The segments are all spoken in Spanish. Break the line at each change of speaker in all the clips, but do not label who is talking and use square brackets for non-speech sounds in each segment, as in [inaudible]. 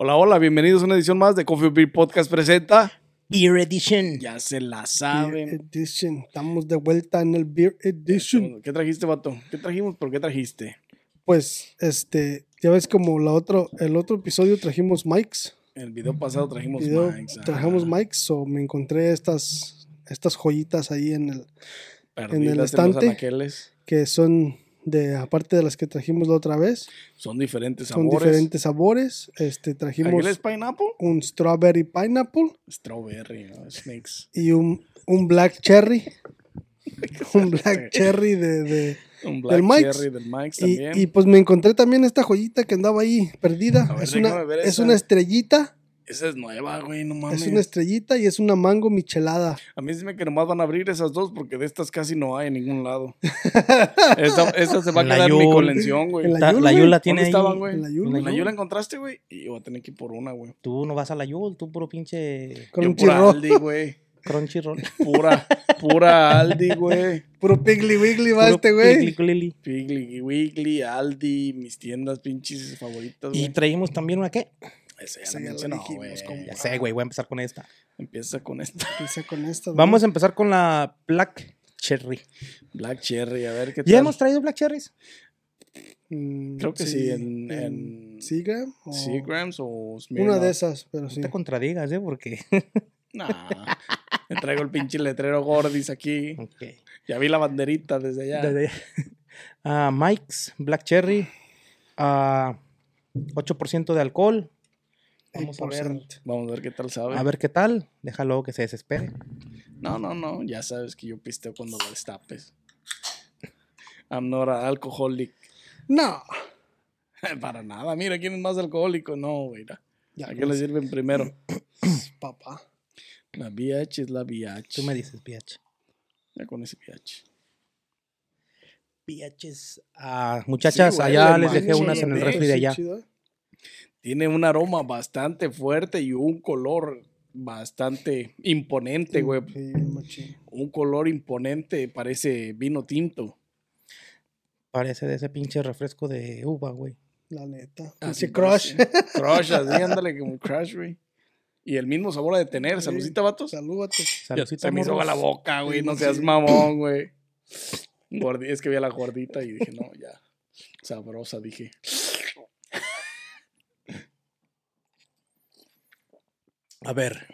Hola, hola, bienvenidos a una edición más de Coffee Beer Podcast presenta.
Beer Edition.
Ya se la
Beer
saben.
Edition. Estamos de vuelta en el Beer Edition.
¿Qué trajiste, vato? ¿Qué trajimos? ¿Por qué trajiste?
Pues, este, ya ves como la otro, el otro episodio trajimos mics.
En el video pasado trajimos
video,
mics. ah,
trajamos mics o me encontré estas, estas joyitas ahí en el,
perdidas
en el
los
estante.
anaqueles.
que son de, aparte de las que trajimos la otra vez,
Son diferentes
son
sabores.
diferentes sabores. Este,
Aquel
trajimos
es pineapple,
un strawberry pineapple
strawberry, ¿no? snakes.
y un, un black
[laughs]
cherry. un black cherry de- de
Un black
Del Mike's.
cherry del Mike's
Y,
también.
y, pues me encontré también esta joyita que andaba ahí perdida.
A ver,
es, una,
déjame ver
es
esa.
una estrellita.
Esa es nueva, güey, no mames.
Es una estrellita y es una mango michelada.
A mí dime que nomás van a abrir esas dos porque de estas casi no hay en ningún lado.
[laughs]
esa, esa se va a
La
quedar mi
Yul.
colección, güey.
En
¿Dónde
la
Ta-
Yul,
la
güey.
Yul la tiene ahí.
estaban, güey?
En la Yul.
¿En la
Yul.
Yula encontraste, güey? Y voy a tener que ir por una, güey.
Tú no vas a la Yul, tú puro pinche
Con
Yo
un
pura
chirro.
Aldi, güey.
Crunchyroll.
Pura, pura Aldi, güey.
Puro Piggly Wiggly va
Puro
este güey.
piliculili.
Piggly Wiggly, Aldi, mis tiendas pinches favoritas,
Y
güey.
trajimos también una qué.
Esa ya
Esa
la
ya la
mencionó,
dijimos,
güey.
compa.
Ya sé, güey, voy a empezar con esta.
Empieza con esta. [laughs]
Empieza con esta, güey.
Vamos a empezar con la Black Cherry.
Black Cherry, a ver qué tal.
¿Ya hemos traído Black Cherries?
Mm,
creo que sí, en- en-
Seagram o-
Seagrams o Smirnoff.
Una de esas, pero sí.
No te contradigas, ¿eh? Porque. [laughs]
Nah. Me traigo el pinche letrero Gordis aquí.
Ok.
Ya vi la banderita desde allá.
Desde- [laughs] Ah, Mike's Black Cherry. ah, 8% de alcohol. Vamos a ver.
8%.
Vamos a ver qué tal sabe.
A ver qué tal. Déjalo que se desespere.
No, no, no. Ya sabes que yo pisteo cuando lo destapes. I'm not an alcoholic. [laughs]
No.
Para nada. Mira, ¿quién es más alcohólico? No, güey. na.
Ya,
¿A qué le sirven
[clears throat]
primero?
papá.
La VH es la VH.
Tú me dices, PH.
Ya con ese VH.
PHs. Ah, muchachas,
Sí, güey,
allá
le
les dejé
manché,
unas en el
güey,
refri de allá.
Chido, ¿eh?
Tiene un aroma bastante fuerte y un color bastante imponente, Este güey.
Sí, bien machín.
Un color imponente, parece vino tinto.
Parece de ese pinche refresco de uva, güey.
La neta.
Así
Ese crush.
parece. Crush, así, ándale como crush, güey. Y el mismo sabor a detener.
Sí.
Salucita, vatos.
Salúdate.
Ya
Saludcita,
se me hizo agua
morros.
la boca, güey. No
Sí.
seas
[laughs]
mamón, güey. Gordi- es que vi a la gordita y dije, no, ya. Sabrosa, dije.
A ver.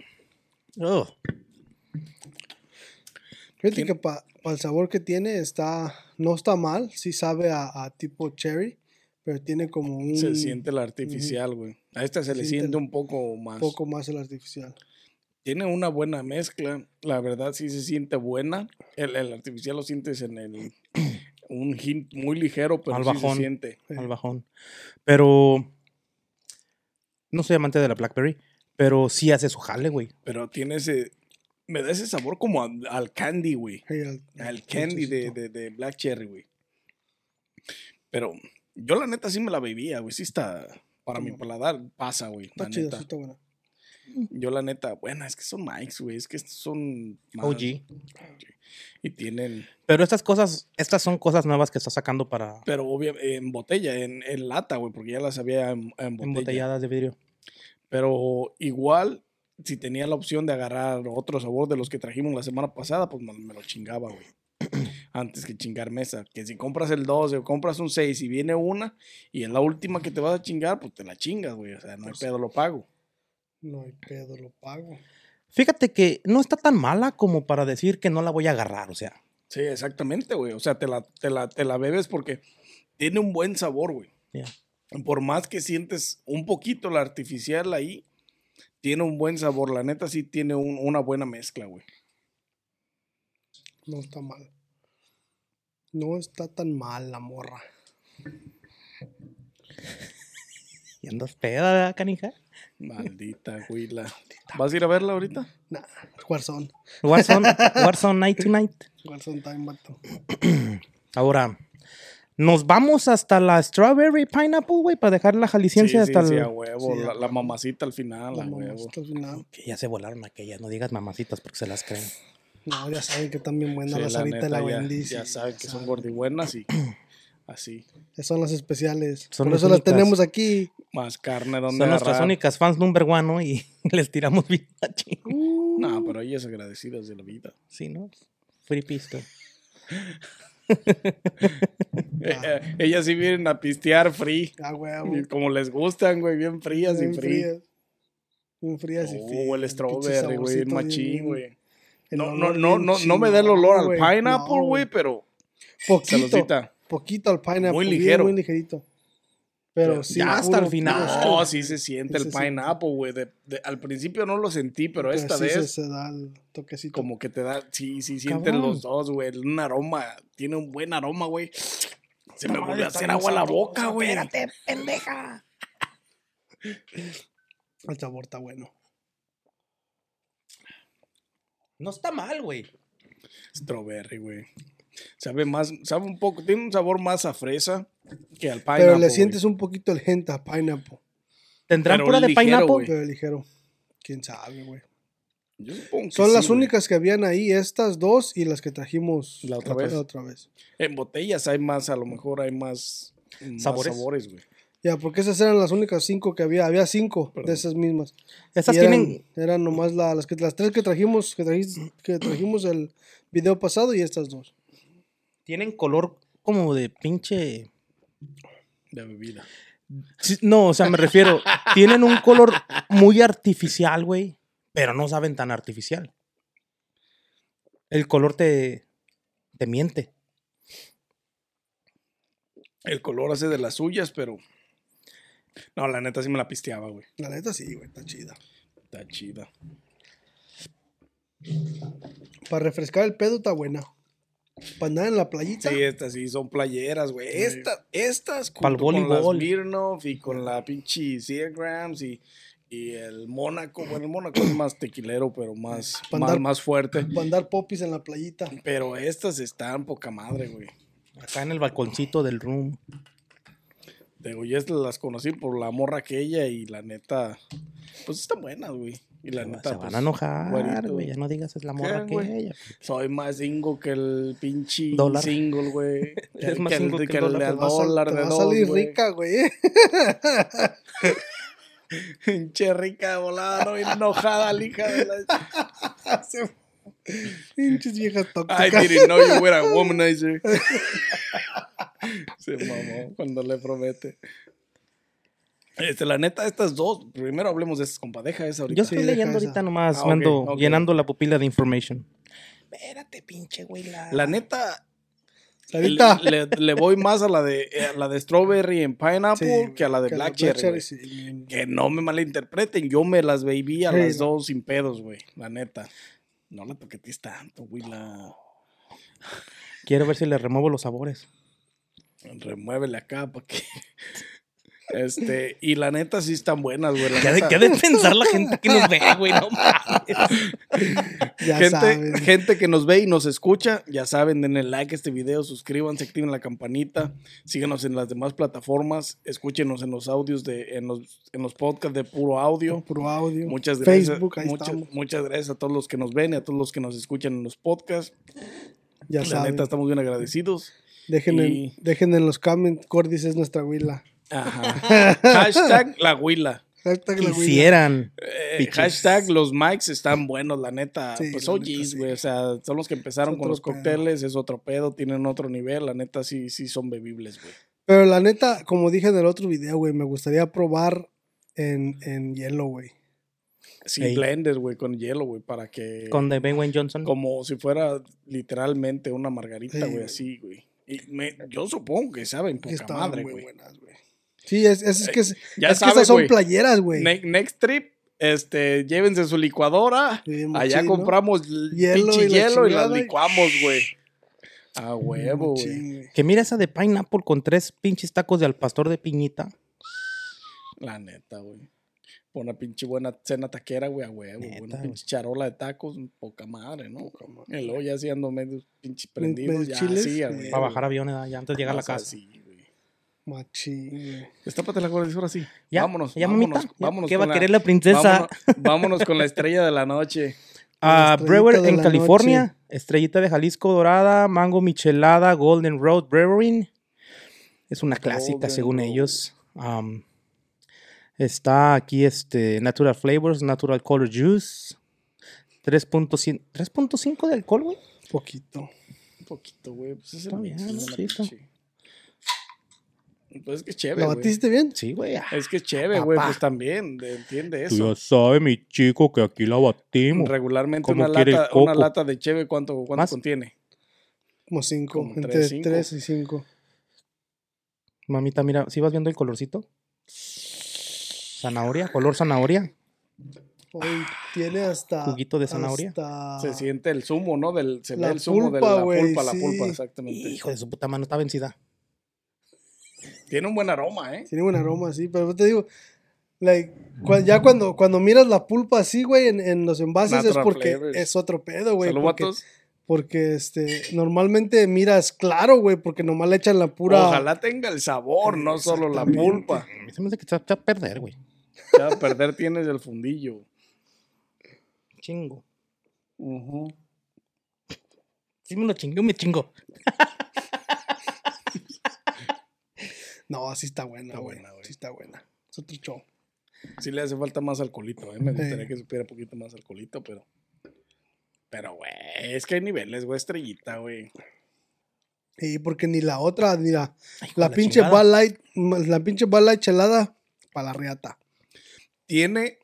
Oh,
Fíjate
¿Quién?
que para el sabor que tiene está, no está mal, sí sabe a, a tipo cherry, pero tiene como un
Mm,
Se siente la artificial, güey. A esta se le
Siente
siente
la-
un poco más.
poco más el artificial.
Tiene una buena mezcla. La verdad sí se siente buena. El, el artificial lo sientes en el... [clears throat] Un hint muy ligero, pero
Al
sí se
bajón.
siente.
Sí.
al bajón. eh, Pero. No soy amante de la Blackberry, pero sí hace su jale, güey.
Pero tiene ese... Me da ese sabor como a- al candy, güey.
Sí, al-
Al candy de,
dulcecito.
de- de Black Cherry, güey. Pero yo la neta sí me la bebía, güey. Sí está, para mi paladar, pasa, güey. La
Está chido,
neta.
sí está buena.
Yo la neta, bueno, es que son Mikes, güey. Es que estos son más-
OG.
Y tienen,
Pero estas cosas, estas son cosas nuevas que está sacando para
pero obviamente en botella, en, en lata, güey, porque ya las había en, en botella.
embotelladas de vidrio.
Pero igual, si tenía la opción de agarrar otro sabor de los que trajimos la semana pasada, pues me, me lo chingaba, güey. [clears throat] Antes que chingar mesa. Que si compras el 12 o compras un 6 y viene una y es la última que te vas a chingar, pues te la chingas, güey. O sea, no hay pedo, lo pago.
No hay pedo, lo pago.
Fíjate que no está tan mala como para decir que no la voy a agarrar, o sea.
Sí, exactamente, güey. O sea, te la, te la, te la bebes porque tiene un buen sabor, güey.
ya.
Por más que sientes un poquito la artificial ahí, tiene un buen sabor. La neta sí tiene un- una buena mezcla, güey.
No está mal. No está tan mal la morra.
Y andas peda, ¿verdad, canija.
Maldita huila. ¿Vas a ir a verla ahorita?
Nah, Warzone.
[laughs]
Warzone, Warzone Night to Night.
Warzone time, vato.
Ahora, nos vamos hasta la Strawberry Pineapple, güey, para dejar la jalisciencia
sí,
hasta
sí,
el-
a huevo.
sí, a
la, la mamacita al final, a
La
huevo.
mamacita al final.
Que ya se volaron aquellas, no digas mamacitas porque se las creen.
No, ya saben que también buena
Sí,
la Sarita
neta,
la
ya-
bendice.
Ya, saben que son gordibuenas
[laughs]
y así.
Son las especiales.
Son
Por
las
eso las
únicas.
tenemos aquí.
Más carne donde
Son nuestras
agarrar.
únicas fans number one, ¿no? Y [laughs] les tiramos bien [laughs] machín.
No, pero ellas agradecidas de la vida.
Sí, ¿no? Free pista.
Eh,
Ah.
eh, [laughs] ellas sí vienen a pistear free.
A huevo.
Y Como les gustan, güey, bien frías
Bien
y free.
frías. Bien frías y frías.
Oh, el
pinche
strawberry, güey, el
saborcito bien-
machín, güey.
el
No, no,
olor
no,
bien
no, no me da el
chingón,
olor al
güey.
pineapple,
No,
güey, pero
Poquito,
saludcita.
poquito al pineapple.
Muy
Muy
ligero.
ligero. Muy ligerito. Pero sí.
ya hasta el final.
No, sí se siente el
Sí se siente.
pineapple, güey. de- de- al principio no lo sentí, pero
Pero
esta
sí se-
vez
se da el toquecito.
como que te da, sí, sí sienten
Cabrón.
los dos, güey. Un aroma, tiene un buen aroma, güey. Se me
No,
volvió a
está
hacer
bien
agua a la
sabroso,
boca, güey.
Espérate, pendeja.
El sabor está bueno.
No está mal, güey.
Strawberry, güey. Sabe más, sabe un poco, tiene un sabor más a fresa que al pineapple.
Pero le
güey.
sientes un poquito el genta a pineapple.
¿Tendrán
Pero
pura de
ligero,
pineapple?
güey.
Pero ligero. Quién sabe, güey.
Yo supongo que
Son las
sí, güey.
únicas que habían ahí, estas dos y las que trajimos
La otra vez.
vez.
En botellas hay más, a lo mejor hay más más
Sabores.
sabores güey.
Ya, porque esas eran las únicas cinco que había. Había cinco
Perdón.
de esas mismas.
Estas
Y eran,
tienen.
Eran nomás la- las, que, las tres que trajimos, que, trajis- que trajimos el video pasado y estas dos.
Tienen color como de pinche.
de bebida.
Sí, No, o sea, me
[laughs]
refiero. tienen un color muy artificial, güey. Pero no saben tan artificial. El color te. te miente.
El color hace de las suyas, pero no, la neta sí me la pisteaba, güey.
La neta sí, güey, está chida.
Está chida.
Para refrescar el pedo está buena. Para andar en la playita.
Sí, estas sí son playeras, güey. Estas, estas
Pa'l
junto con las
voleibol.
Mirnoff y con la pinche Seagrams y, y el Mónaco. Bueno, el Mónaco es más tequilero, pero más,
Pa'
más,
andar-
más fuerte.
Para andar popis en la playita.
Pero estas están poca madre, güey.
Acá en el balconcito del room.
Digo, yo estas las conocí por la morra aquella y la neta, pues están buenas, güey. Y la neta,
Se
pues,
van a enojar,
güerito.
güey. Ya no digas es la morra
güey?
que ella.
soy más single que el pinche
Dólar.
single,
[laughs]
güey. Que,
Eres más
que el-
single que
que
el
el
dólar.
de
Te va a sal-
dólar
te
de
va a
dos,
salir
güey.
rica, güey. [laughs]
Pinche rica de volada, no bien enojada, la hija de la...
Se- Pinches viejas
I
tóxicas. [laughs]
didn't know you were a womanizer. [laughs] Se mamó cuando le promete. Este, la neta, estas dos, primero hablemos de estas compadejas esa
Yo
ahorita.
estoy
Sí, deja
leyendo
esa.
ahorita nomás,
Ah, ok,
mando,
ok.
llenando la pupila de information. Espérate, pinche güey. La...
La neta,
Sarita.
Le, le- le voy más a la de eh, a la de strawberry en
Sí,
pineapple
güey,
que a la de
que
black cherry. güey.
sí, bien.
Que no me malinterpreten, yo me las bebí a
Sí,
las
no.
dos sin pedos, güey, la neta. No la toquetees tanto, güey, la
Quiero ver si le remuevo los sabores.
remuévele acá para que [laughs] este, y la neta sí están buenas, güey. la
¿Qué ha de,
neta.
qué ha de pensar la gente
[laughs]
que nos ve, güey? No mames.
Ya
gente,
saben.
gente que nos ve y nos escucha, ya saben, denle like a este video, suscríbanse, activen la campanita, síganos en las demás plataformas, escúchenos en los audios de, en los, en los podcasts de puro audio.
Puro audio.
Muchas gracias.
Facebook, ahí
muchas,
estamos.
muchas gracias a todos los que nos ven y a todos los que nos escuchan en los podcasts.
Ya
la
saben.
neta, estamos bien agradecidos.
Dejen,
y-
en, dejen en los comments. Cordis es nuestra huila. [laughs]
Ajá. hashtag la huila.
Hashtag la huila.
Quisieran.
Eh,
Pichis.
hashtag los mics están buenos, la neta.
Sí,
pues
la neta,
OGs,
sí.
güey. O sea, son los que empezaron
Es
con
otro
los
pedo.
cócteles, es otro pedo, tienen otro nivel. La neta, sí, sí son bebibles, güey.
Pero la neta, como dije en el otro video, güey, me gustaría probar en, en hielo, güey.
Sin
Ey.
blender, güey, con hielo, güey, para que.
Con The Ben Wayne Johnson.
Como si fuera literalmente una margarita,
Sí,
güey,
güey.
así, güey. Y me- yo supongo que saben
Que
poca
estaban
madre,
muy
güey.
buenas, güey. Sí, es, es, es que, es
ya
es que
sabes,
esas son
güey.
playeras, güey.
Ne- next trip, este, llévense su licuadora.
Sí,
Allá
machín, ¿no?
compramos
Hielo
hielo pinche
y la
hielo y las
chingada y- Mm,
licuamos, güey. A huevo, güey.
Machín, güey.
Que mira esa de pineapple con tres pinches tacos de al pastor de piñita.
La neta, güey. Por una pinche buena cena taquera, güey, a huevo. güey.
Neta,
Una
güey.
pinche charola de tacos, poca madre, ¿no? El hoyo ya sí ando medio pinche prendido.
Medios
Ya,
chiles,
sí, a
sí.
huevo.
Para bajar aviones, ah, ya antes de llegar a la
O sea,
casa.
sí, güey.
Machín, güey.
Destápate la gorra, dice, ahora sí.
Ya,
vámonos,
ya, mamita,
vámonos,
ya,
vámonos.
¿Qué va
con
a querer la princesa?
vámonos, [laughs] vámonos con la estrella de la noche.
Ah,
Estrellita
Brewer
de
en
la
California,
noche.
Estrellita de Jalisco Dorada, Mango Michelada, Golden Road Brewing. Es una clásica
Golden
según
Road.
ellos. Am, está aquí este Natural Flavors, Natural Color Juice. 3.5 3.5 de alcohol, güey.
Poquito.
Un poquito, güey. Pues es el
Está
mix,
bien,
es una
sí, está.
pinche- Pues es que es chévere,
¿La
güey.
batiste bien?
Sí, güey. ah.
Es que es chévere, güey.
Papá.
Pues también, de- entiende
Tú ya
eso.
sabes, mi chico, que aquí la batimos.
Regularmente
Como
una
quiere el
lata, una
coco.
lata de cheve, ¿cuánto, cuánto
¿Más?
contiene?
Como cinco.
Como
entre
tres,
tres,
cinco.
y cinco.
Mamita, mira, ¿sí vas viendo el colorcito? Zanahoria, color zanahoria.
Hoy tiene hasta.
Juguito de zanahoria.
hasta-
Se siente el zumo, ¿no? Del, se
La
ve el zumo de
pulpa,
la
güey,
pulpa, la
sí.
pulpa, exactamente.
Hijo de su puta mano, está vencida.
Tiene un buen aroma, ¿eh?
Tiene buen aroma, sí, pero yo te digo, like, cua- ya cuando, cuando miras la pulpa así, güey, en, en los envases
Natural
es porque
flavors.
es otro pedo, güey.
Salud,
Porque,
vatos.
porque este, normalmente miras claro, güey, porque nomás le echan la pura.
Ojalá tenga el sabor, no solo la pulpa.
A mí Se me hace que te va- te va a perder, güey.
Ya a perder tienes el fundillo.
Chingo.
Ujú.
Si me lo chingué, me chingo.
No, así está buena,
Está
güey.
buena, güey.
Sí está buena. Es otro show.
Sí le hace falta más alcoholito, ¿eh? Me gustaría
Sí.
que supiera un poquito más alcoholito, pero... Pero, güey, es que hay niveles, güey, estrellita, güey.
Y porque ni la otra, ni la,
Ay, hijo
la
de
pinche
chingada.
Bud Light, la pinche Bud Light chelada, para la reata.
Tiene...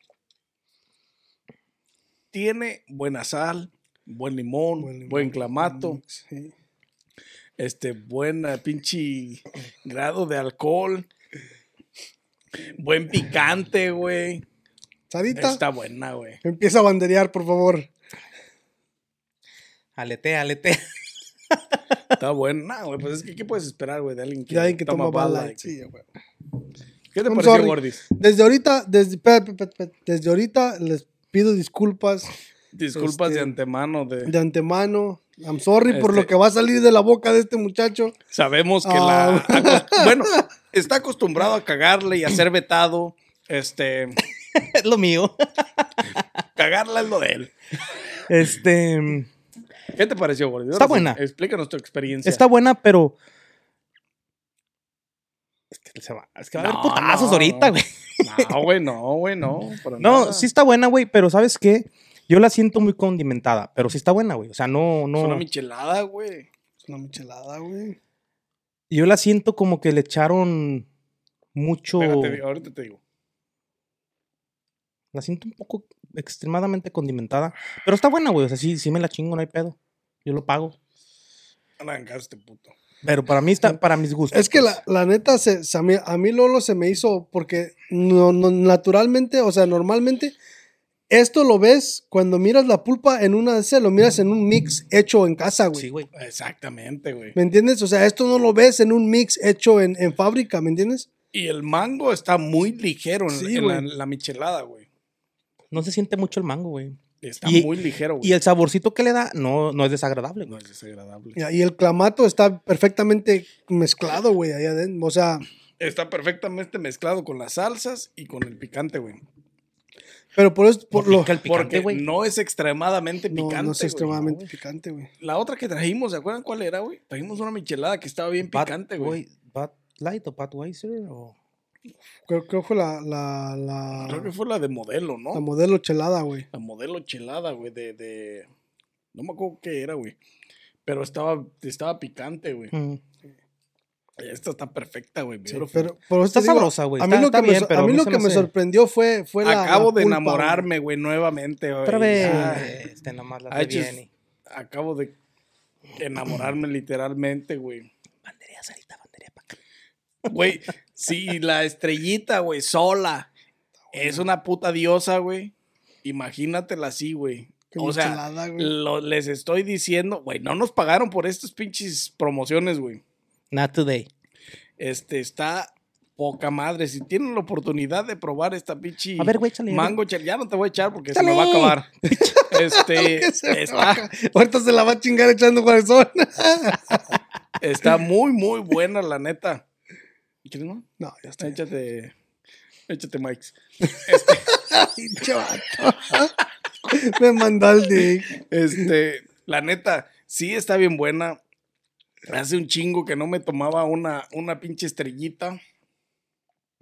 Tiene buena sal, buen limón, buen, clamato,
Mm, Sí.
este, buen eh, pinche grado de alcohol, buen picante, güey.
Sarita,
Está buena, güey.
empieza a banderear, por favor.
Aletea, aletea.
Está buena, güey. Pues es que, ¿qué puedes esperar, güey? De alguien que,
Ya alguien que toma, Bud
bala.
Light. Sí, güey.
¿Qué te
I'm
pareció,
sorry.
Gordis?
Desde ahorita, desde, pe- pe- pe- pe- desde ahorita les pido disculpas
Disculpas
Este,
de antemano. De...
de antemano. I'm sorry por
Este-
lo que va a salir de la boca de este muchacho.
Sabemos que
Ah.
la. acos- Bueno, está acostumbrado a cagarle y a ser vetado. Este.
[laughs] es lo mío.
Cagarla es lo de él.
[laughs] Este.
¿Qué te pareció, Gordis?
Está
Ahora sí,
buena.
Explícanos tu experiencia.
Está buena, pero. Es que, se va, es que va a
No,
haber putazos
no,
ahorita,
no.
güey.
No, güey, no, güey, no. para
No,
nada.
sí está buena, güey, pero ¿sabes qué? Yo la siento muy condimentada, pero sí está buena, güey. O sea, no,
Es una
Oh.
no.
michelada, güey.
Es una michelada, güey.
Yo la siento como que le echaron mucho.
Espérate, di- ahorita te digo.
La siento un poco extremadamente condimentada. Pero está buena, güey. O sea, sí, sí me la chingo, no hay pedo. Yo lo pago.
Arrancar este puto.
Pero para mí [laughs] está, para mis gustos.
Es que
pues.
la, la neta, se, se- a, mí, a mí Lolo se me hizo porque no, no- naturalmente, o sea, normalmente, esto lo ves cuando miras la pulpa en una de esas, lo miras en un mix hecho en casa, güey.
Sí, güey.
Exactamente, güey.
¿Me entiendes? O sea, esto no lo ves en un mix hecho en, en fábrica, ¿me entiendes?
Y el mango está muy ligero en,
Sí,
en la,
güey.
la michelada, güey.
No se siente mucho el mango, güey.
Está
Y-
muy ligero, güey.
Y el saborcito que le da no, no es desagradable,
No
güey.
es desagradable.
Ya, Y el clamato está perfectamente mezclado, güey, allá adentro. O sea,
Está perfectamente mezclado con las salsas y con el picante, güey.
pero por eso, por
Por
lo,
el picante,
Porque
güey.
no es extremadamente
no,
picante.
no es
güey,
extremadamente
no, güey.
picante, güey.
La otra que trajimos, ¿se acuerdan cuál era, güey? Trajimos una michelada que estaba bien
Bud-
picante, güey.
Bud Light o Budweiser o...
Creo, creo que fue la, la, la,
Creo que fue la de modelo, ¿no?
la modelo chelada, güey.
La modelo chelada, güey, de, de- No me acuerdo qué era, güey. Pero estaba, estaba picante, güey.
Mm.
Esta está perfecta, güey.
Sí,
beautiful.
pero, pero
Está
te digo,
sabrosa, güey.
A mí
Está-
lo
está
que me,
bien,
sor-
pero
a
a
mí
mí
lo
se
que
me
me
hace-
sorprendió fue, fue la. la
Acabo de
pulpa, güey.
enamorarme, güey, nuevamente, güey.
Otra vez.
Ya.
Este nomás la
ah, I
hace
just-
bien y...
Acabo de enamorarme literalmente, güey.
Bandería, salita, bandería pa' acá.
Güey, si la estrellita, güey, sola. Es una puta diosa, güey. Imagínatela así, güey.
Qué
O sea,
michelada, güey.
lo- les estoy diciendo, güey, no nos pagaron por estas pinches promociones, güey.
Not today.
Este, está poca madre. Si tienen la oportunidad de probar esta pichi
A ver, güey, échale. a ver.
mango, chel- ya no te voy a echar porque
Échale.
se me va a
[laughs]
acabar.
[laughs]
este,
Que se
está,
baja. Ahorita se la va a chingar echando corazón.
está muy, muy buena, la neta. ¿Quieres más?
No, ya
eh,
está.
Échate, échate, Mike. [laughs]
Pinche vato. Este. Me mandó al dick.
Este, la neta, sí está bien buena. Hace un chingo que no me tomaba una, una pinche estrellita.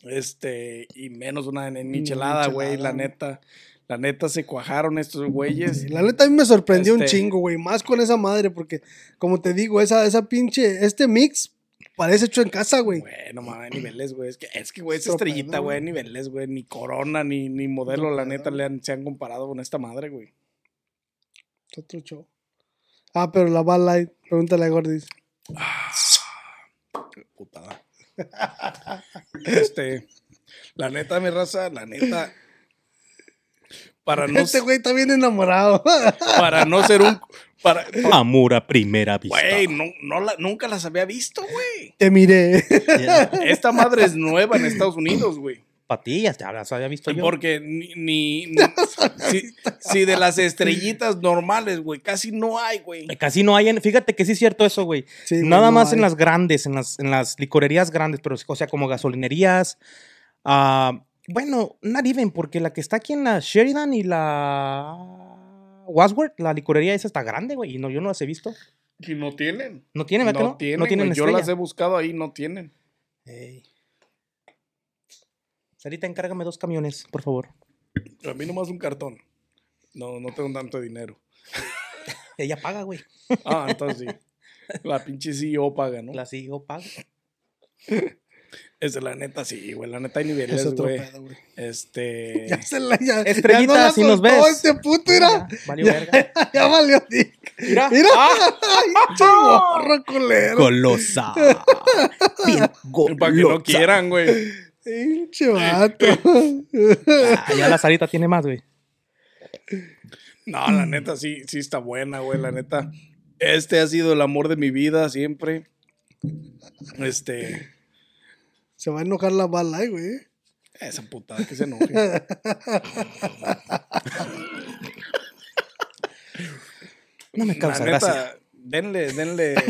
Este, y menos una
Una
enchelada,
enchelada,
güey, la
güey.
neta. La neta se cuajaron estos güeyes.
La neta a mí me sorprendió un
Este-
chingo, güey. Más con esa madre, porque como te digo, esa, esa pinche, este mix parece hecho en casa, güey.
Bueno,
[clears throat]
mames, niveles, güey. Es que, es que, güey, esa
Estropeo,
estrellita, güey, niveles, güey. Ni corona, ni, ni modelo, la neta, le han, se han comparado con esta madre, güey. [sniffs]
Es otro show. Ah, pero la Bad Light, pregúntale a Gordis. [laughs]
putada. Este, la neta, mi raza, la neta. Para
[laughs]
no,
Este güey está bien enamorado. [laughs]
para no ser un. Para,
Amor a primera vista.
güey, [laughs] no, no la- nunca las había visto, güey.
Te miré.
Esta madre es nueva en Estados Unidos, güey.
Patillas, te hablas, había visto yo.
Porque ni. ni-
[laughs]
ni- si, si de las estrellitas normales, güey, casi no hay, güey.
Casi no hay en- Fíjate que sí es cierto eso, güey.
Sí, güey,
Nada
no
más en
hay.
las grandes, en las, en las licorerías grandes, pero o sea, como gasolinerías. ah, bueno, not even, porque la que está aquí en la Sheridan y la Wasworth, la licorería esa está grande, güey. Y no, yo no las he visto.
Y no tienen.
No tiene, ¿verdad?
No
que
tienen.
no
güey.
tienen
Yo
estrella.
las he buscado ahí, no tienen.
Ey. Sarita, encárgame dos camiones, por favor.
A mí nomás un cartón. No, no tengo tanto dinero.
Ella paga, güey.
Ah, entonces sí. La pinche CEO paga, ¿no?
La sigo paga.
Es la neta, sí, güey. La neta hay
Es
niveles,
otro
güey.
pedo, güey.
Este.
[laughs] Ya se la ya,
Estrellita,
ya no la
si nos
soltó
ves.
Este puto, mira.
Ya, valió verga.
[laughs] Ya valió dick.
Mira. Ah.
Mira.
Ah.
Ay, chivorro culero.
Golosa. Bien
Para que no quieran, güey.
Pinche vato.
[laughs]
Ah, ya la Sarita tiene más, güey.
No, la neta, sí, sí está buena, güey. La neta. Este ha sido el amor de mi vida siempre. Este.
Se va a enojar la bala, eh, güey.
Esa putada que se enoje.
No me
La
causa gracia.
neta, denle, denle. [laughs]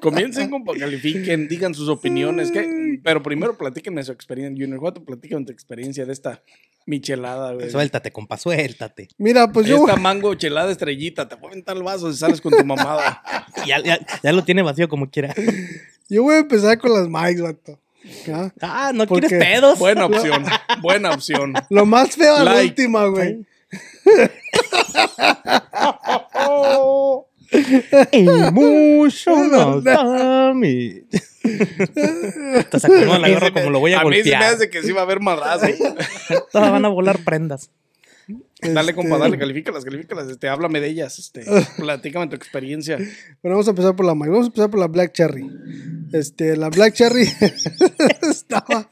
Comiencen con califiquen, digan sus opiniones. ¿qué? Pero primero platíquenme su experiencia. Junior Guato, platíquenme tu experiencia de esta michelada, güey.
Suéltate, compa, suéltate.
Mira, pues yo.
Esta mango chelada estrellita, te voy a aventar el vaso si sales con tu
[laughs]
mamada.
Ya, ya, ya lo tiene vacío como quiera.
Yo voy a empezar con las mics, vato. ¿Ya?
Ah, no
¿Por
quieres
qué?
pedos. [laughs]
Buena opción, buena opción.
Lo más feo a la
Like.
última, güey. [laughs]
Emotional damage. Te sacó la gorra como lo voy a,
mí se
golpear. Este,
me hace que sí va a haber
[laughs]
madrazo.
Todas van a volar prendas.
Dale, compa,
Este,
dale, califícalas, califícalas. Este, háblame de ellas.
[laughs]
Este, platícame tu experiencia.
Bueno, vamos a empezar por la mic. Vamos a empezar por la Black Cherry. Este, la Black Cherry [laughs] estaba,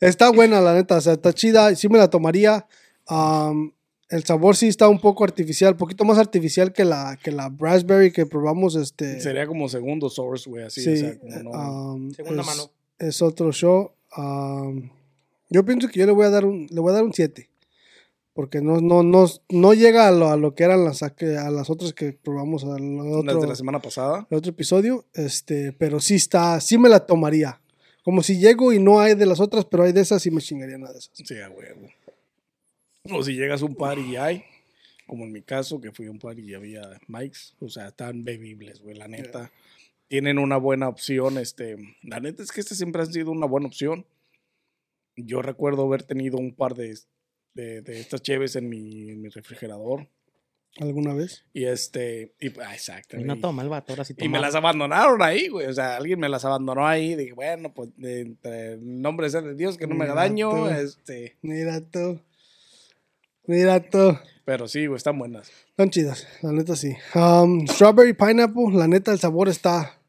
está buena, la neta. O sea, está chida. Sí me la tomaría. Am, el sabor sí está un poco artificial, poquito más artificial que la, que la Raspberry que probamos. Este,
Sería como segundo source, güey, así.
Sí,
o sea, como no-
Ah,
um,
Segunda
es,
mano.
es otro show. Um, yo pienso que yo le voy a dar un, le voy a dar un 7. Porque no, no, no, no llega a lo, a lo que eran las, a, que- a las otras que probamos al
las de
otro,
la semana pasada.
al otro episodio. Este, pero sí está, sí me la tomaría. Como si llego y no hay de las otras, pero hay de esas y me chingaría nada de esas.
Sí, a huevo. O si llegas a un par y hay, como en mi caso, que fui a un par y había mics, o sea, están bebibles, güey, la neta. Tienen una buena opción, este, la neta es que este siempre ha sido una buena opción. Yo recuerdo haber tenido un par de, de, de estas cheves en mi, en mi refrigerador
¿Alguna vez?
y este, y, ah, exacto.
Y no
y-
toma el vato, ahora sí toma.
y me las abandonaron ahí, güey. O sea, alguien me las abandonó ahí. Dije, bueno, pues, entre el nombre sea de Dios, que no me haga
Mira
daño.
tú.
Este,
Mira tú. Mira tú.
pero sí, güey, están buenas.
Están chidas, la neta sí. Um, strawberry pineapple, la neta el sabor está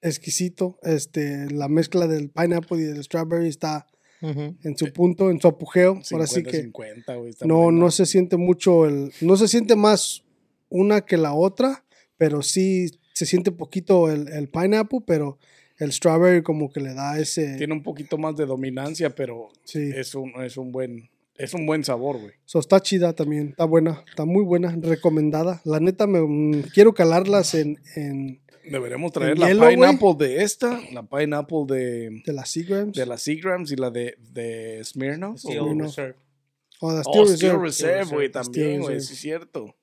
exquisito. Este, la mezcla del pineapple y del strawberry está
Ujú.
en su punto, en su apogeo. Ahora sí
50,
que
50, güey, está
no,
buena.
no se siente mucho el, no se siente más una que la otra, pero sí se siente poquito el, el pineapple, pero El strawberry como que le da ese...
Tiene un poquito más de dominancia, pero
sí.
es un, es un buen, es un buen sabor, güey.
So, está chida también, está buena, está muy buena, recomendada. La neta, me mm, quiero calarlas en, en
Deberemos traer
El
la
hielo, güey.
pineapple de esta, la pineapple de,
de las Seagrams.
de las Seagrams y la de, de Smirnoff.
Steel
¿o?
no.
Reserve.
Oh, las
Oh,
Steel
Steel
Reserve.
Reserve, güey,
Steel
también, güey,
Reserve.
sí es cierto.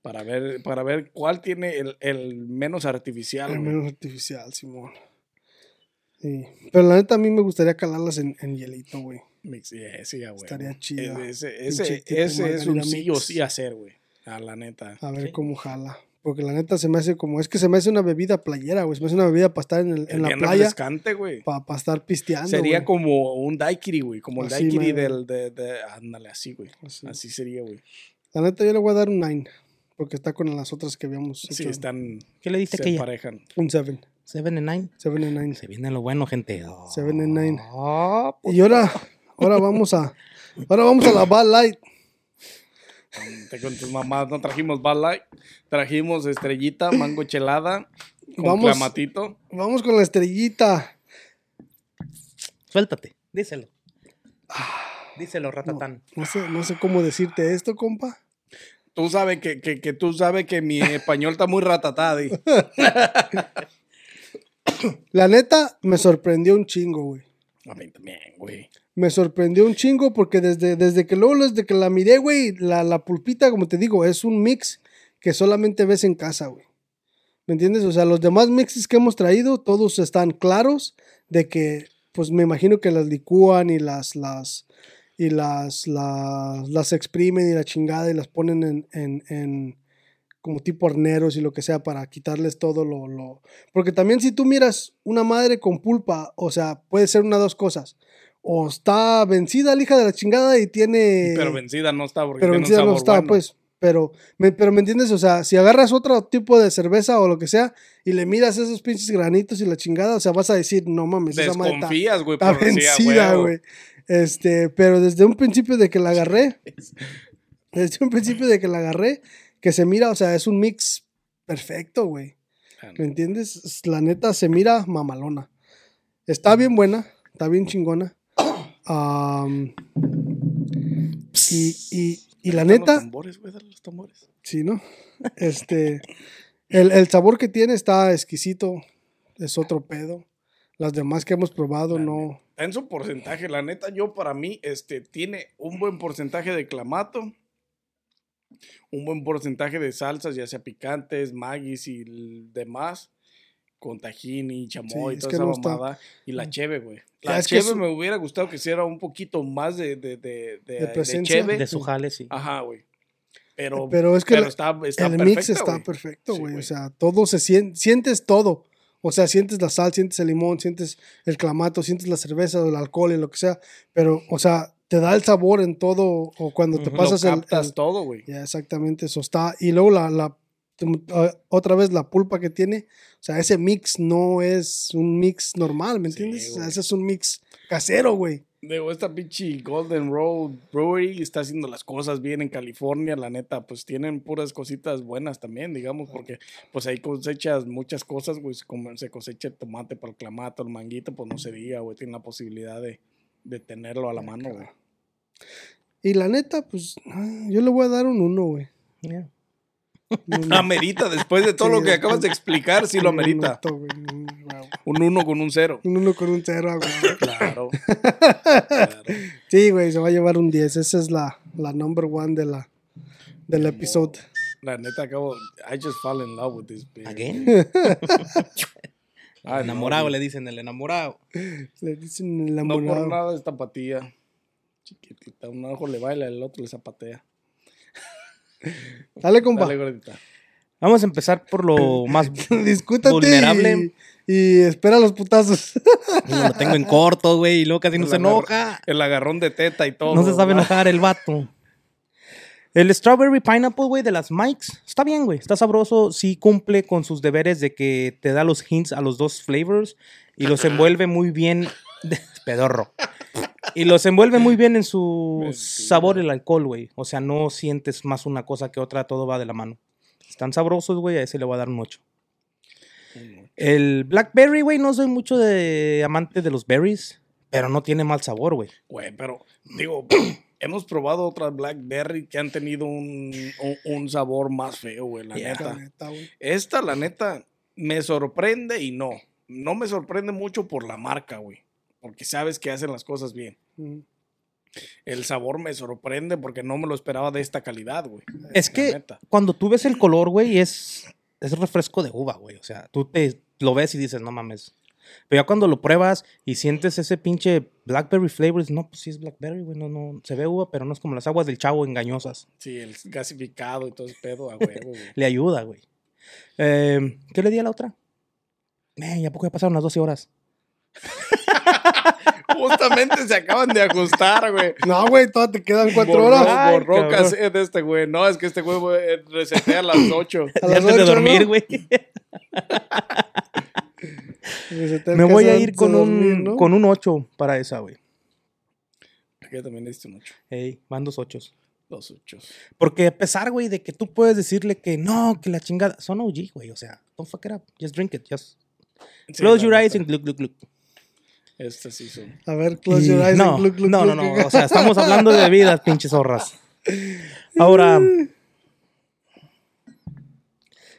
Para ver, para ver cuál tiene el, el menos artificial,
Al
güey.
menos artificial, Simón. Sí. Pero la neta, a mí me gustaría calarlas en, en hielito, güey.
Mix, yeah, sí, ya, güey.
Estaría chido.
E- Ese, ese,
Pinche tipo
ese es un
margarita
sí o
mix.
sí hacer, güey. A la neta.
A ver
Sí.
cómo jala. Porque la neta se me hace como. Es que se me hace una bebida playera, güey. Se me hace una bebida para estar en, el- en la
Bien
playa.
refrescante, güey.
Para estar pisteando.
Sería
güey.
como un daiquiri, güey. Como el
Así,
daiquiri
madre.
del... De, de- ándale, así, güey.
Así.
Así sería, güey.
La neta, yo le voy a dar un 9. Porque está con las otras que habíamos
Sí,
hecho.
están...
¿Qué le diste
Se
que ella?
emparejan.
Un 7.
7 and 9.
7 and 9.
Se viene lo bueno, gente. Oh.
Seven and nine.
Oh,
Y ahora, ahora vamos a. Ahora vamos a la Bad Light.
Te con tus mamás. No trajimos Bad Light. Trajimos estrellita, mango chelada. Con
Vamos.
clamatito.
Vamos con la estrellita.
Suéltate, díselo.
Ah.
Díselo, ratatán.
No sé, no sé cómo decirte esto, compa.
Tú sabes que, que, que tú sabes que mi español está muy ratatá, di.
La neta, me sorprendió un chingo, güey.
A mí también, güey.
Me sorprendió un chingo porque desde, desde que luego, desde que la miré, güey, la, la pulpita, como te digo, es un mix que solamente ves en casa, güey. ¿Me entiendes? O sea, los demás mixes que hemos traído, todos están claros de que, pues me imagino que las licúan y las, las, y las, las, las exprimen y la chingada y las ponen en, en, en como tipo horneros y lo que sea para quitarles todo lo, lo... Porque también si tú miras una madre con pulpa, o sea, puede ser una de dos cosas. O está vencida la hija de la chingada y tiene...
Pero vencida no está porque
Eh, pero
tiene un
vencida no
sabor
está,
bueno.
pues. Pero me, pero me entiendes, o sea, si agarras otro tipo de cerveza o lo que sea y le miras esos pinches granitos y la chingada, o sea, vas a decir, no mames, esa madre está,
Desconfías, güey.
[laughs] está
por decir, ah,
vencida,
huevo.
güey. Este, pero desde un principio de que
[laughs]
la agarré, desde un principio de que la agarré, que se mira, o sea, es un mix perfecto, güey.
Ah,
¿Me entiendes? Es- La neta se mira mamalona. Está bien buena, está bien chingona. Am, y, y- y
¿dónde
la
están Los
neta,
tambores, güey, dale los tambores.
sí, ¿no? Este, el, el sabor que tiene está exquisito, es otro pedo. Las demás que hemos probado
La
no.
Está en su porcentaje. La neta, yo para mí, este, tiene un buen porcentaje de clamato. Un buen porcentaje de salsas, ya sea picantes, magis y l- demás. Con tajini, chamoy,
Sí, es
toda
que
esa
no está-
mamada. Y la cheve, güey.
Ya,
La
es que
cheve
su-
me hubiera gustado que hiciera un poquito más de, de, de, de, de
presencia.
cheve.
De su jale, sí.
Ah.
Ajá, güey. Pero, pero,
Pero es que la-
está, está
el
perfecta,
mix está
güey.
perfecto,
Sí,
güey.
güey.
o sea, todo se siente, sientes todo. O sea, sientes la sal, sientes el limón, sientes el clamato, sientes la cerveza o el alcohol y lo que sea. Pero, o sea, te da el sabor en todo o cuando te
Ujú.
pasas
lo
el,
captas
el-
todo, güey.
Ya, exactamente, eso está. Y luego la, la- ah, otra vez la pulpa que tiene. O sea, ese mix no es un mix normal, ¿me
Sí,
entiendes? O sea,
güey.
ese es un mix casero, güey.
Digo, esta pinche Golden Road Brewery está haciendo las cosas bien en California, la neta, pues tienen puras cositas buenas también, digamos, porque pues ahí cosechas muchas cosas, güey, como se cosecha el tomate para el clamato, el manguito, pues no se diga, güey, tienen la posibilidad de, de tenerlo a la mano, güey.
Y la neta, pues, ah, yo le voy a dar un uno, güey.
Yeah.
Un uno.
Amerita, después de todo
Sí,
lo que
güey.
acabas de explicar, sí lo
Un
amerita.
unoto, güey, un- wow.
Un uno con un cero.
Un uno con un cero, güey.
Claro. claro.
Sí, güey, se va a llevar un 10. Esa es la, la number one de la, del episodio.
La neta, acabo, I just fall in love with this beer.
Again.
Ah,
Ay, no,
enamorado,
güey.
le dicen, el enamorado.
Le dicen el
No por
enamorado.
nada es tapatía. Chiquitita, un ojo le baila, el otro le zapatea.
Dale, compa.
Dale, gordita.
Vamos a empezar por lo más.
Discútate.
Vulnerable.
Y, y espera los putazos.
lo tengo en corto, güey, y luego casi no
El
se
agarro-
enoja.
El agarrón de teta y todo.
No se sabe enojar el vato. El Strawberry Pineapple, güey, de las Mikes, está bien, güey. Está sabroso. Sí cumple con sus deberes de que te da los hints a los dos flavors y los envuelve muy bien. [laughs] Pedorro. Y los envuelve muy bien en su
Mentira.
sabor el alcohol, güey. O sea, no sientes más una cosa que otra, todo va de la mano. Están sabrosos, güey, a ese le voy a dar un 8.
güey.
El blackberry, güey, no soy mucho de amante de los berries, pero no tiene mal sabor, güey.
Güey, pero digo, hemos probado otras Blackberry que han tenido un, un, un sabor más feo, güey, la
La
Yeah.
neta.
[laughs] neta, güey.
Esta, la neta, me sorprende y no. No me sorprende mucho por la marca, güey. Porque sabes que hacen las cosas bien.
Mm.
El sabor me sorprende porque no me lo esperaba de esta calidad, güey.
Es
La
que
neta.
cuando tú ves el color, güey, es, es refresco de uva, güey. O sea, tú te lo ves y dices, no mames. Pero ya cuando lo pruebas y sientes ese pinche blackberry flavor, dices, no, pues sí es blackberry, güey. No, no, se ve uva, pero no es como las aguas del chavo engañosas.
Sí, el gasificado y todo ese pedo, a huevo, güey.
Le ayuda, güey. Eh, ¿Qué le di a la otra? Man, ya poco ya pasaron las 12 horas.
Justamente se acaban de ajustar, güey.
No, güey, todavía te quedan cuatro
[laughs] Borró-
horas.
Ay,
borró
cabrón.
cassette de este güey. No, es que este güey güey, resetea a las [laughs] 8.
A
Ya
las
antes de
ocho,
dormir,
¿no?
güey.
Y se te
Me voy a
alcanza
ir con
a dormir,
un,
¿no?
con un 8 para esa, güey.
Aquí también le diste un 8.
Ey, van dos 8.
Dos 8.
Porque a pesar, güey, de que tú puedes decirle que no, que la chingada. Son OG, güey. O sea, don't fuck it up. Just drink it. Just close your eyes and look, look, look.
Este sí son.
A ver, close
Y-
your eyes.
no,
and look, look,
no,
look.
no, no. O sea, estamos hablando de bebidas,
[laughs]
pinches zorras. Ahora.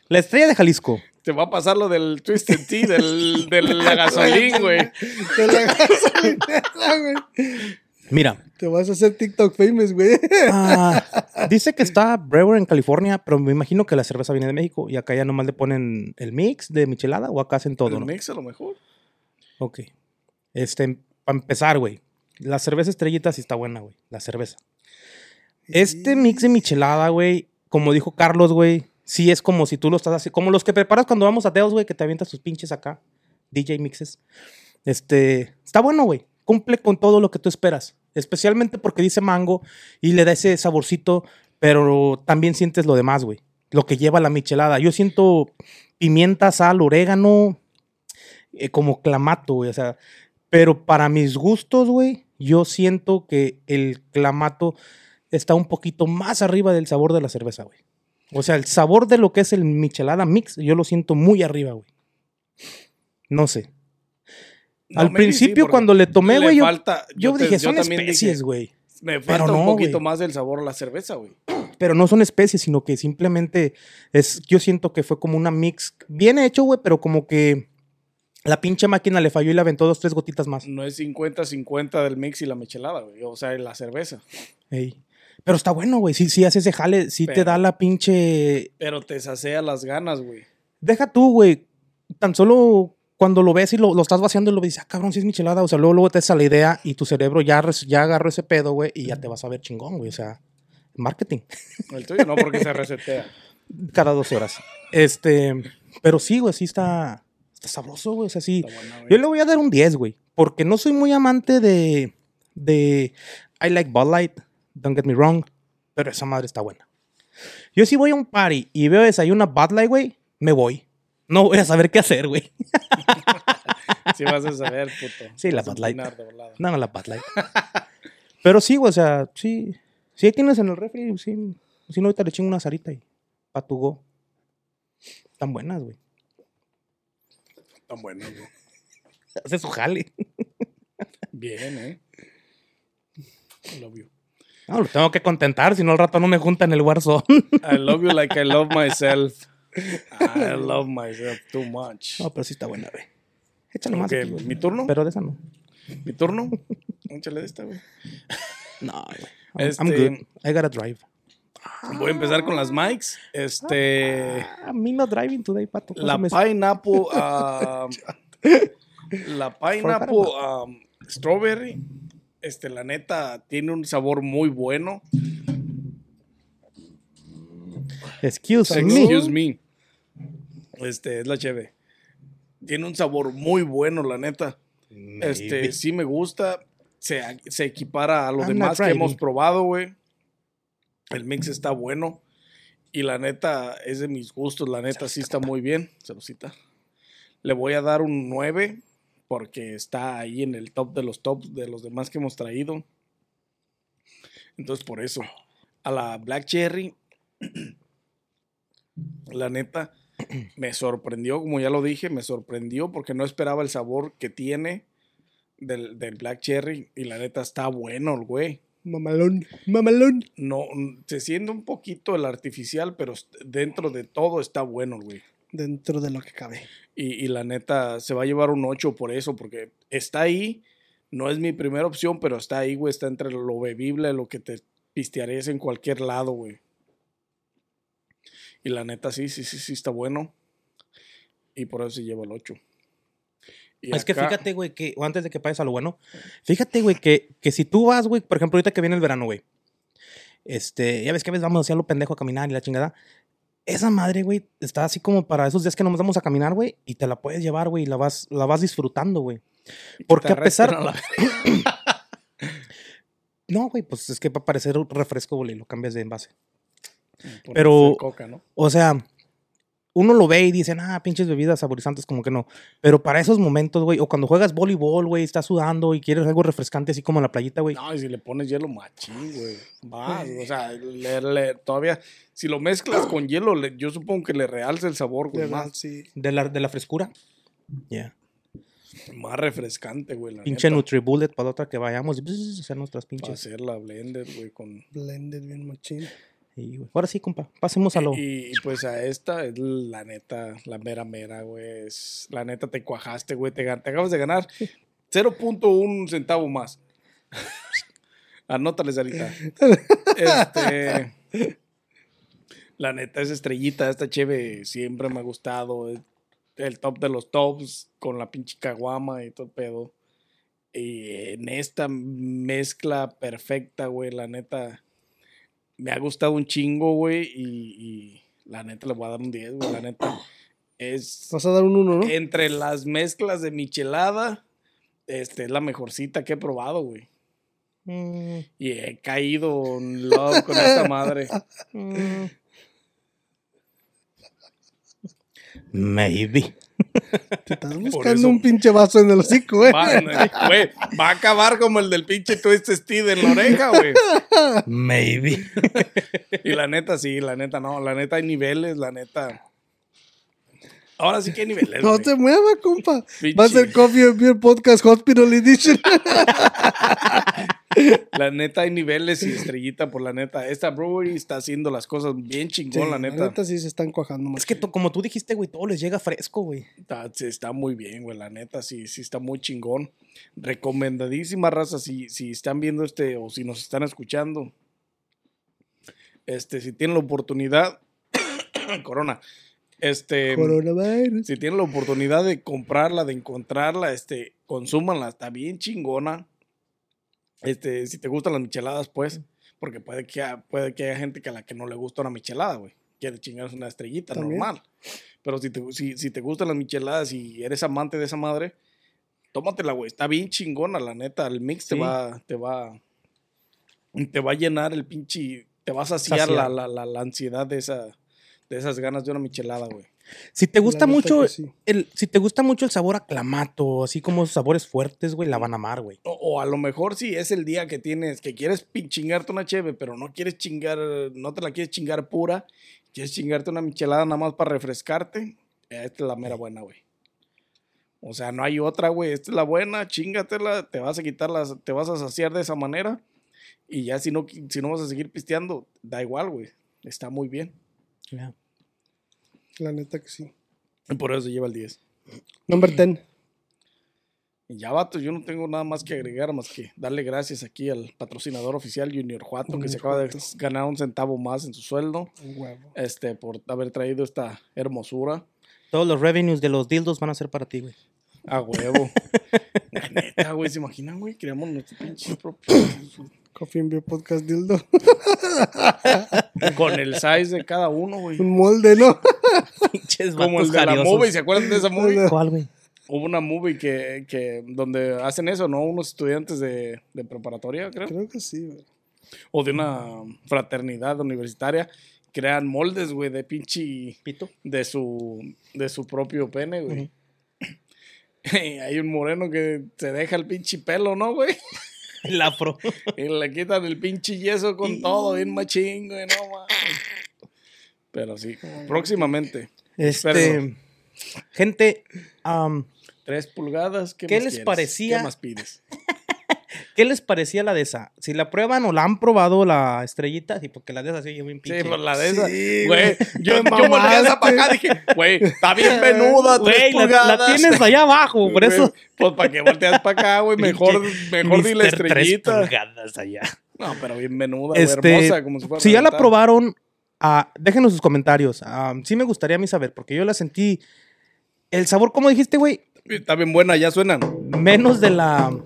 La estrella de Jalisco.
Te va a pasar lo del Twisted Tea,
[laughs]
del, del la gasolín, güey.
[laughs] Te la gasolinera, güey.
Mira.
Te vas a hacer TikTok famous, güey.
ah, dice que está Brewer en California, pero me imagino que la cerveza viene de México. Y acá ya nomás le ponen el mix de michelada o acá hacen todo,
El
¿no?
mix a lo mejor.
Ok. Este, para empezar, güey. La cerveza estrellita sí está buena, güey. La cerveza. Este mix de michelada, güey, como dijo Carlos, güey, sí es como si tú lo estás haciendo. Como los que preparas cuando vamos a Teos, güey, que te avientas tus pinches acá. DJ mixes. Este, está bueno, güey. Cumple con todo lo que tú esperas. Especialmente porque dice mango y le da ese saborcito, pero también sientes lo demás, güey. Lo que lleva la michelada. Yo siento pimienta, sal, orégano, eh, como clamato, güey. O sea, pero para mis gustos, güey, yo siento que el clamato está un poquito más arriba del sabor de la cerveza, güey. O sea, el sabor de lo que es el michelada mix, yo lo siento muy arriba, güey. No sé.
No,
Al
maybe sí,
principio
porque
cuando le tomé,
le
güey, yo,
falta-
yo
te-
dije, son
también dije,
especies, güey.
Me
Pero
falta un
no,
poquito
güey.
más del sabor a la cerveza, güey.
Pero no son especies, sino que simplemente es, yo siento que fue como una mix bien hecho, güey, pero como que la pinche máquina le falló y le aventó dos, tres gotitas más.
No es 50-50 del mix y la michelada, güey. O sea, la cerveza.
Ey. Pero está bueno, güey. Sí, sí hace ese jale, sí te
Pero-
da la pinche.
Pero te sacea las ganas, güey.
Deja tú, güey. Tan solo cuando lo ves y lo, lo estás vaciando y lo dices, ah, cabrón, sí es michelada. O sea, luego, luego te sale la idea y tu cerebro ya, res- ya agarró ese pedo, güey, y ya te vas a ver chingón, güey. O sea, marketing.
El tuyo no, porque se resetea.
Cada dos horas. Este. Pero sí, güey, sí está. Está sabroso, güey. O sea, sí.
Está
[laughs]
buena, güey.
Yo le voy a dar un 10, güey. Porque no soy muy amante de. de. I like Bud Light. Don't get me wrong. Pero esa madre está buena. Yo si voy a un party y veo desayuno Bud Light, güey, me voy. No voy a saber qué hacer, güey.
Sí vas a saber, puto.
Sí, la
Vas a
Bud Light.
opinar de volada.
No, no, la Bud Light. Pero sí, güey, o sea, sí. Si ahí tienes en el refri, sí. Si no, ahorita le chingo una zarita y pa' tu go. Están buenas, güey.
Tan bueno, güey.
Hace su jale.
Bien, ¿eh? I love you.
No, lo tengo que contentar, si no al rato no me juntan el Warzone. [laughs]
I love you like I love myself. I love myself too much.
No, pero sí está buena, güey. Échale más.
Ok,
aquí, güey.
¿Mi turno?
Pero de esa no.
¿Mi turno? Échale de esta, güey.
No, güey. I'm-
Este-
I'm good. I gotta drive.
Voy a empezar con las mics. Este.
Ah, Pues me not driving today, pato.
La
Pásame- [laughs]
pineapple. um, la pineapple um, strawberry. Este, la neta, tiene un sabor muy bueno.
Excuse me.
Excuse me. Este, es la cheve. Tiene un sabor muy bueno, la neta. Este, sí me gusta. Se, se equipara a lo
I'm
demás
not
que hemos
driving.
probado, güey. El mix está bueno. Y la neta, es de mis gustos. La neta, sí está muy bien. Saludcita. Le voy a dar un 9 porque está ahí en el top de los tops de los demás que hemos traído. Entonces, por eso. A [clears throat] la Black Cherry, la neta, me sorprendió, como ya lo dije, me sorprendió porque no esperaba el sabor que tiene del, del Black Cherry y la neta está bueno el güey.
Mamalón, mamalón.
No, mm, se siente un poquito el artificial, pero est- dentro de todo está bueno el güey.
Dentro de lo que cabe.
Y, y la neta se va a llevar un 8 por eso, porque está ahí, no es mi primera opción, pero está ahí, güey, está entre lo bebible, lo que te pistearías en cualquier lado, güey. Y la neta sí, sí, sí, sí está bueno. Y por eso se lleva el 8. Y
Es que
acá- [laughs]
fíjate, güey, que o antes de que pases a lo bueno, fíjate, güey, que, que si tú vas, güey, por ejemplo, ahorita que viene el verano, güey, este, ya ves que a veces vamos hacia lo pendejo a caminar y la chingada. Esa madre, güey, está así como para esos días que no nos vamos a caminar, güey, y te la puedes llevar, güey, y la vas, la vas disfrutando, güey. Porque
te
a pesar.
arrastran a
[laughs]
la- [laughs]
No, güey, pues es que va a parecer un refresco, güey, lo cambias de envase.
por
Pero-
hacer coca, ¿no?
O sea, uno lo ve y dice, ah, pinches bebidas saborizantes, como que no. Pero para esos momentos, güey, o cuando juegas voleibol, güey, estás sudando y quieres algo refrescante, así como en la playita, güey.
No, y si le pones hielo machín, güey. Vas, o
[laughs]
sea, le- le- todavía, si lo mezclas con hielo, le- yo supongo que le realza el sabor, güey.
De verdad,
Pues Más,
sí.
De la, de la frescura. Yeah.
más refrescante, güey. la
Pinche
neta.
Nutribullet para la otra que vayamos. bzz, hacer nuestras
Para
pinches.
hacer la blender, güey, con...
Blended bien machín.
Y, güey, ahora sí, compa. Pasemos a lo.
Y, y, pues a esta es la neta, la mera mera, güey. Es- La neta te cuajaste, güey. Te, gan- te acabas de ganar 0.1 centavo
[laughs]
más. Anótale, Sarita. Este, la neta es estrellita. Esta cheve siempre me ha gustado. es el top de los tops con la pinche caguama y todo el pedo. Y en esta mezcla perfecta, güey, la neta me ha gustado un chingo, güey, y, y la neta le voy a dar un 10, güey, la neta. Es
Vas a dar un uno, ¿no?
entre las mezclas de michelada, este, es la mejorcita que he probado, güey.
Mm,
Y he caído en love con esta madre.
mm. [laughs] Maybe.
[laughs] Te estás
eso-
buscando un pinche vaso en el hocico, eh.
Va, güey, va a acabar como el del pinche Twist Steve en la oreja, güey.
Maybe.
Y la neta, sí, la neta, no. La neta, hay niveles, la neta. Ahora sí que hay niveles.
[laughs] No
güey.
te muevas, compa.
Pinche-
Va a ser Coffee and Beer Podcast Hospital
[laughs]
Edition.
La neta, hay niveles y estrellita por la neta. Esta brewery está haciendo las cosas bien chingón, la neta.
sí se están cuajando más.
Es que tú- como tú dijiste, güey, todo les llega fresco, güey.
Está, sí, está muy bien, güey. La neta, sí, sí está muy chingón. Recomendadísima raza. Si, si están viendo este o si nos están escuchando, este, si tienen la oportunidad, [coughs] Corona, este, [laughs]
Coronavirus.
si tienen la oportunidad de comprarla, de encontrarla, este, consúmanla, está bien chingona. Este, si te gustan las micheladas, pues, porque puede que, ha- puede que haya gente que a la que no le gusta una michelada, güey. Quiere chingarse una estrellita,
También.
normal. Pero si te, si, si te gustan las micheladas y eres amante de esa madre, tómatela, güey. Está bien chingona, la neta. El mix te
Sí.
va, te va, te va a llenar el pinche, te va a saciar, la,
Saciar.
la, la, la ansiedad de esa, de esas ganas de una michelada, güey.
Si te gusta
neta
mucho,
que sí.
el, si te gusta mucho el sabor a clamato, así como esos sabores fuertes, güey, la van a amar, güey.
O, o a lo mejor sí es el día que tienes, que quieres pin- chingarte una cheve, pero no quieres chingar, no te la quieres chingar pura, quieres chingarte una michelada nada más para refrescarte. eh, Esta es la mera buena, güey. O sea, no hay otra, güey. Esta es la buena, chingatela, te vas a quitar las, te vas a saciar de esa manera. Y ya si no, qui- si no vas a seguir pisteando, da igual, güey. Está muy bien.
Ya.
La neta que sí.
Y por eso lleva el 10.
Number 10.
Y ya, vato, yo no tengo nada más que agregar más que darle gracias aquí al patrocinador oficial Junior Juato, que se
Junior
acaba de
Juato.
ganar un centavo más en su sueldo,
Huevo.
este, por haber traído esta hermosura
Todos los revenues de los dildos van a ser para ti, güey.
a huevo. La neta, güey, ¿se imaginan, güey? Creamos nuestro pinche propio...
Coffee and Beer Podcast Dildo. [laughs]
Con el size de cada uno, güey.
Un
[laughs]
molde, ¿no?
[laughs] Pinches
Como el
vatos
de la
jariosos.
movie, ¿se acuerdan de esa movie?
[laughs] ¿Cuál, güey?
Hubo una movie que, que donde hacen eso, ¿no? Unos estudiantes de, de preparatoria, creo.
Creo que sí, güey.
o de una fraternidad universitaria crean moldes, güey, de pinche
Pito.
de su de su propio pene, güey. Y [laughs] Hay un moreno que se deja el pinche pelo, ¿no, güey?
El afro.
Y le quitan el pinche yeso con todo, bien machín, güey, no mames. Pero sí, próximamente.
Este, gente, am,
Tres pulgadas. ¿Qué,
¿Qué
más
les
quieres?
parecía?
¿Qué más pides?
¿qué les parecía la de esa? Si la prueban o la han probado la estrellita, sí, porque la de esa sí, yo bien
Sí,
[laughs] pinche.
por la de esa.
Sí,
Güey,
[laughs]
yo,
te
yo volteé esa para acá
mamaste.
dije, güey, está bien menuda, tres
Güey, la, la
pulgadas.
tienes allá abajo, por
Güey,
eso.
Pues para que volteas para acá,
[laughs]
güey, mejor, mejor di la
Mister tres
estrellita.
pulgadas allá.
No, pero bien menuda, güey,
Este,
hermosa, como si fuera
Si ya la
reventada.
probaron, ah, déjenos sus comentarios. Ah, sí me gustaría a mí saber, porque yo la sentí. El sabor, como dijiste, güey,
Está bien buena, ya suena.
menos de la.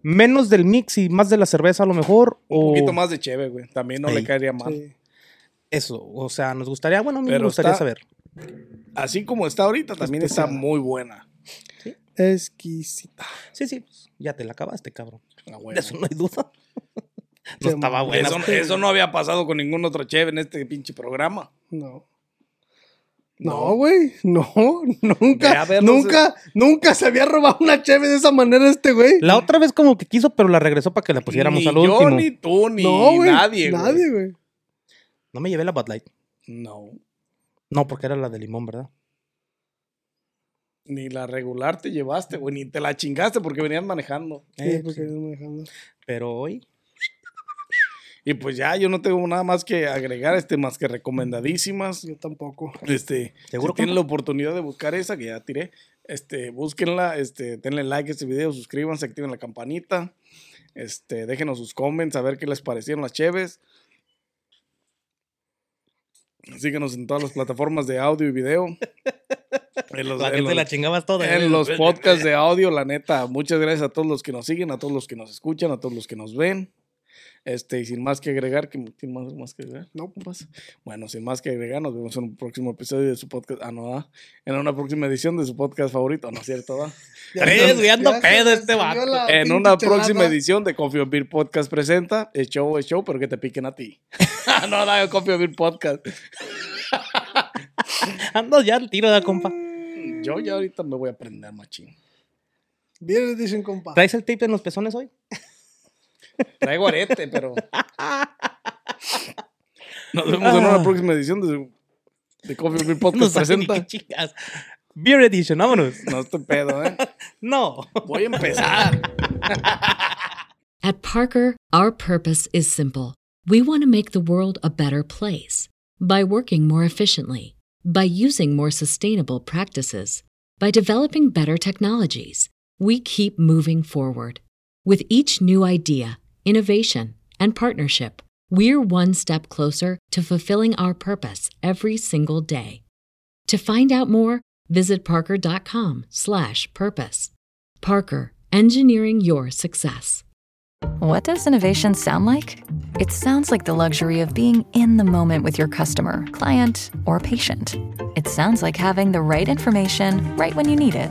Menos del mix y más de la cerveza a lo mejor. o
Un poquito más de cheve, güey. También no le
Oh. Sí.
caería mal.
Sí.
Eso, o sea, nos gustaría, bueno, a mí me
Pero
gustaría
está-
saber.
Así como está ahorita, también está
Especial.
muy buena.
Exquisita.
Sí, sí, pues, ya te la acabaste, cabrón.
La
De
huevo.
eso no hay duda. [laughs] No
Te
estaba buena.
Eso, eso no había pasado con ningún otro cheve en este pinche programa.
No. No, güey. No, [laughs]
Ve
nunca.
a verlos-
nunca, nunca se había robado una cheve de esa manera este güey.
La otra vez como que quiso, pero la regresó para que la pusiéramos
ni
al
yo,
último.
ni tú, ni
No, güey.
nadie, güey.
Nadie, güey.
No me llevé la Bud Light.
No.
No, porque era la de limón, ¿verdad?
Ni la regular te llevaste, güey. Ni te la chingaste porque venían manejando.
Sí,
Eh,
porque
sí.
no me dejaron. pues,
Pero hoy...
Y pues ya, yo no tengo nada más que agregar, este, más que recomendadísimas.
Yo tampoco.
Este,
Seguro
si
que
tienen
no.
la oportunidad de buscar esa que ya tiré, este, búsquenla, este, denle like a este video, suscríbanse, activen la campanita, este, déjenos sus comments, a ver qué les parecieron las cheves. Síguenos en todas las plataformas de audio y
[laughs]
video. En los,
La
en
gente
los-
la chingabas toda. ¿eh?
en los podcasts de audio, la neta, muchas gracias a todos los que nos siguen, a todos los que nos escuchan, a todos los que nos ven. Este, y sin más que agregar, que sin más, más que agregar, no pues. Bueno, sin más que agregar, nos vemos en un próximo episodio de su podcast. Ah, no, ah, en una próxima edición de su podcast favorito, ¿no es cierto?
[laughs]
ah?
Tres, güey, ando
Ya
pedo
se
este
subió
vato.
la
En
pinche
una próxima
chelada.
edición de Coffee or Beer Podcast presenta, es show, es show, pero que te piquen a ti. [laughs] Ah, no, no, Coffee or Beer Podcast.
Ando ya al tiro de compa.
Yo ya ahorita me voy a aprender, machín.
Bien, dicen, compa.
¿Traes el tape en los pezones hoy?
Traigo arete,
[laughs]
pero. Nos vemos en una próxima edición de, de Coffee Beer
Ah. [laughs] No
Podcast
sé
pues
ni
presenta.
qué chicas. Beer Edition, vámonos.
No estoy pedo, ¿eh?
No.
Voy a empezar.
At Parker, our purpose is simple. We want to make the world a better place by working more efficiently, by using more sustainable practices, by developing better technologies. We keep moving forward. With each new idea, innovation, and partnership, we're one step closer to fulfilling our purpose every single day. To find out more, visit parker.com/purpose. Parker, engineering your success.
What does innovation sound like? It sounds like the luxury of being in the moment with your customer, client, or patient. It sounds like having the right information right when you need it.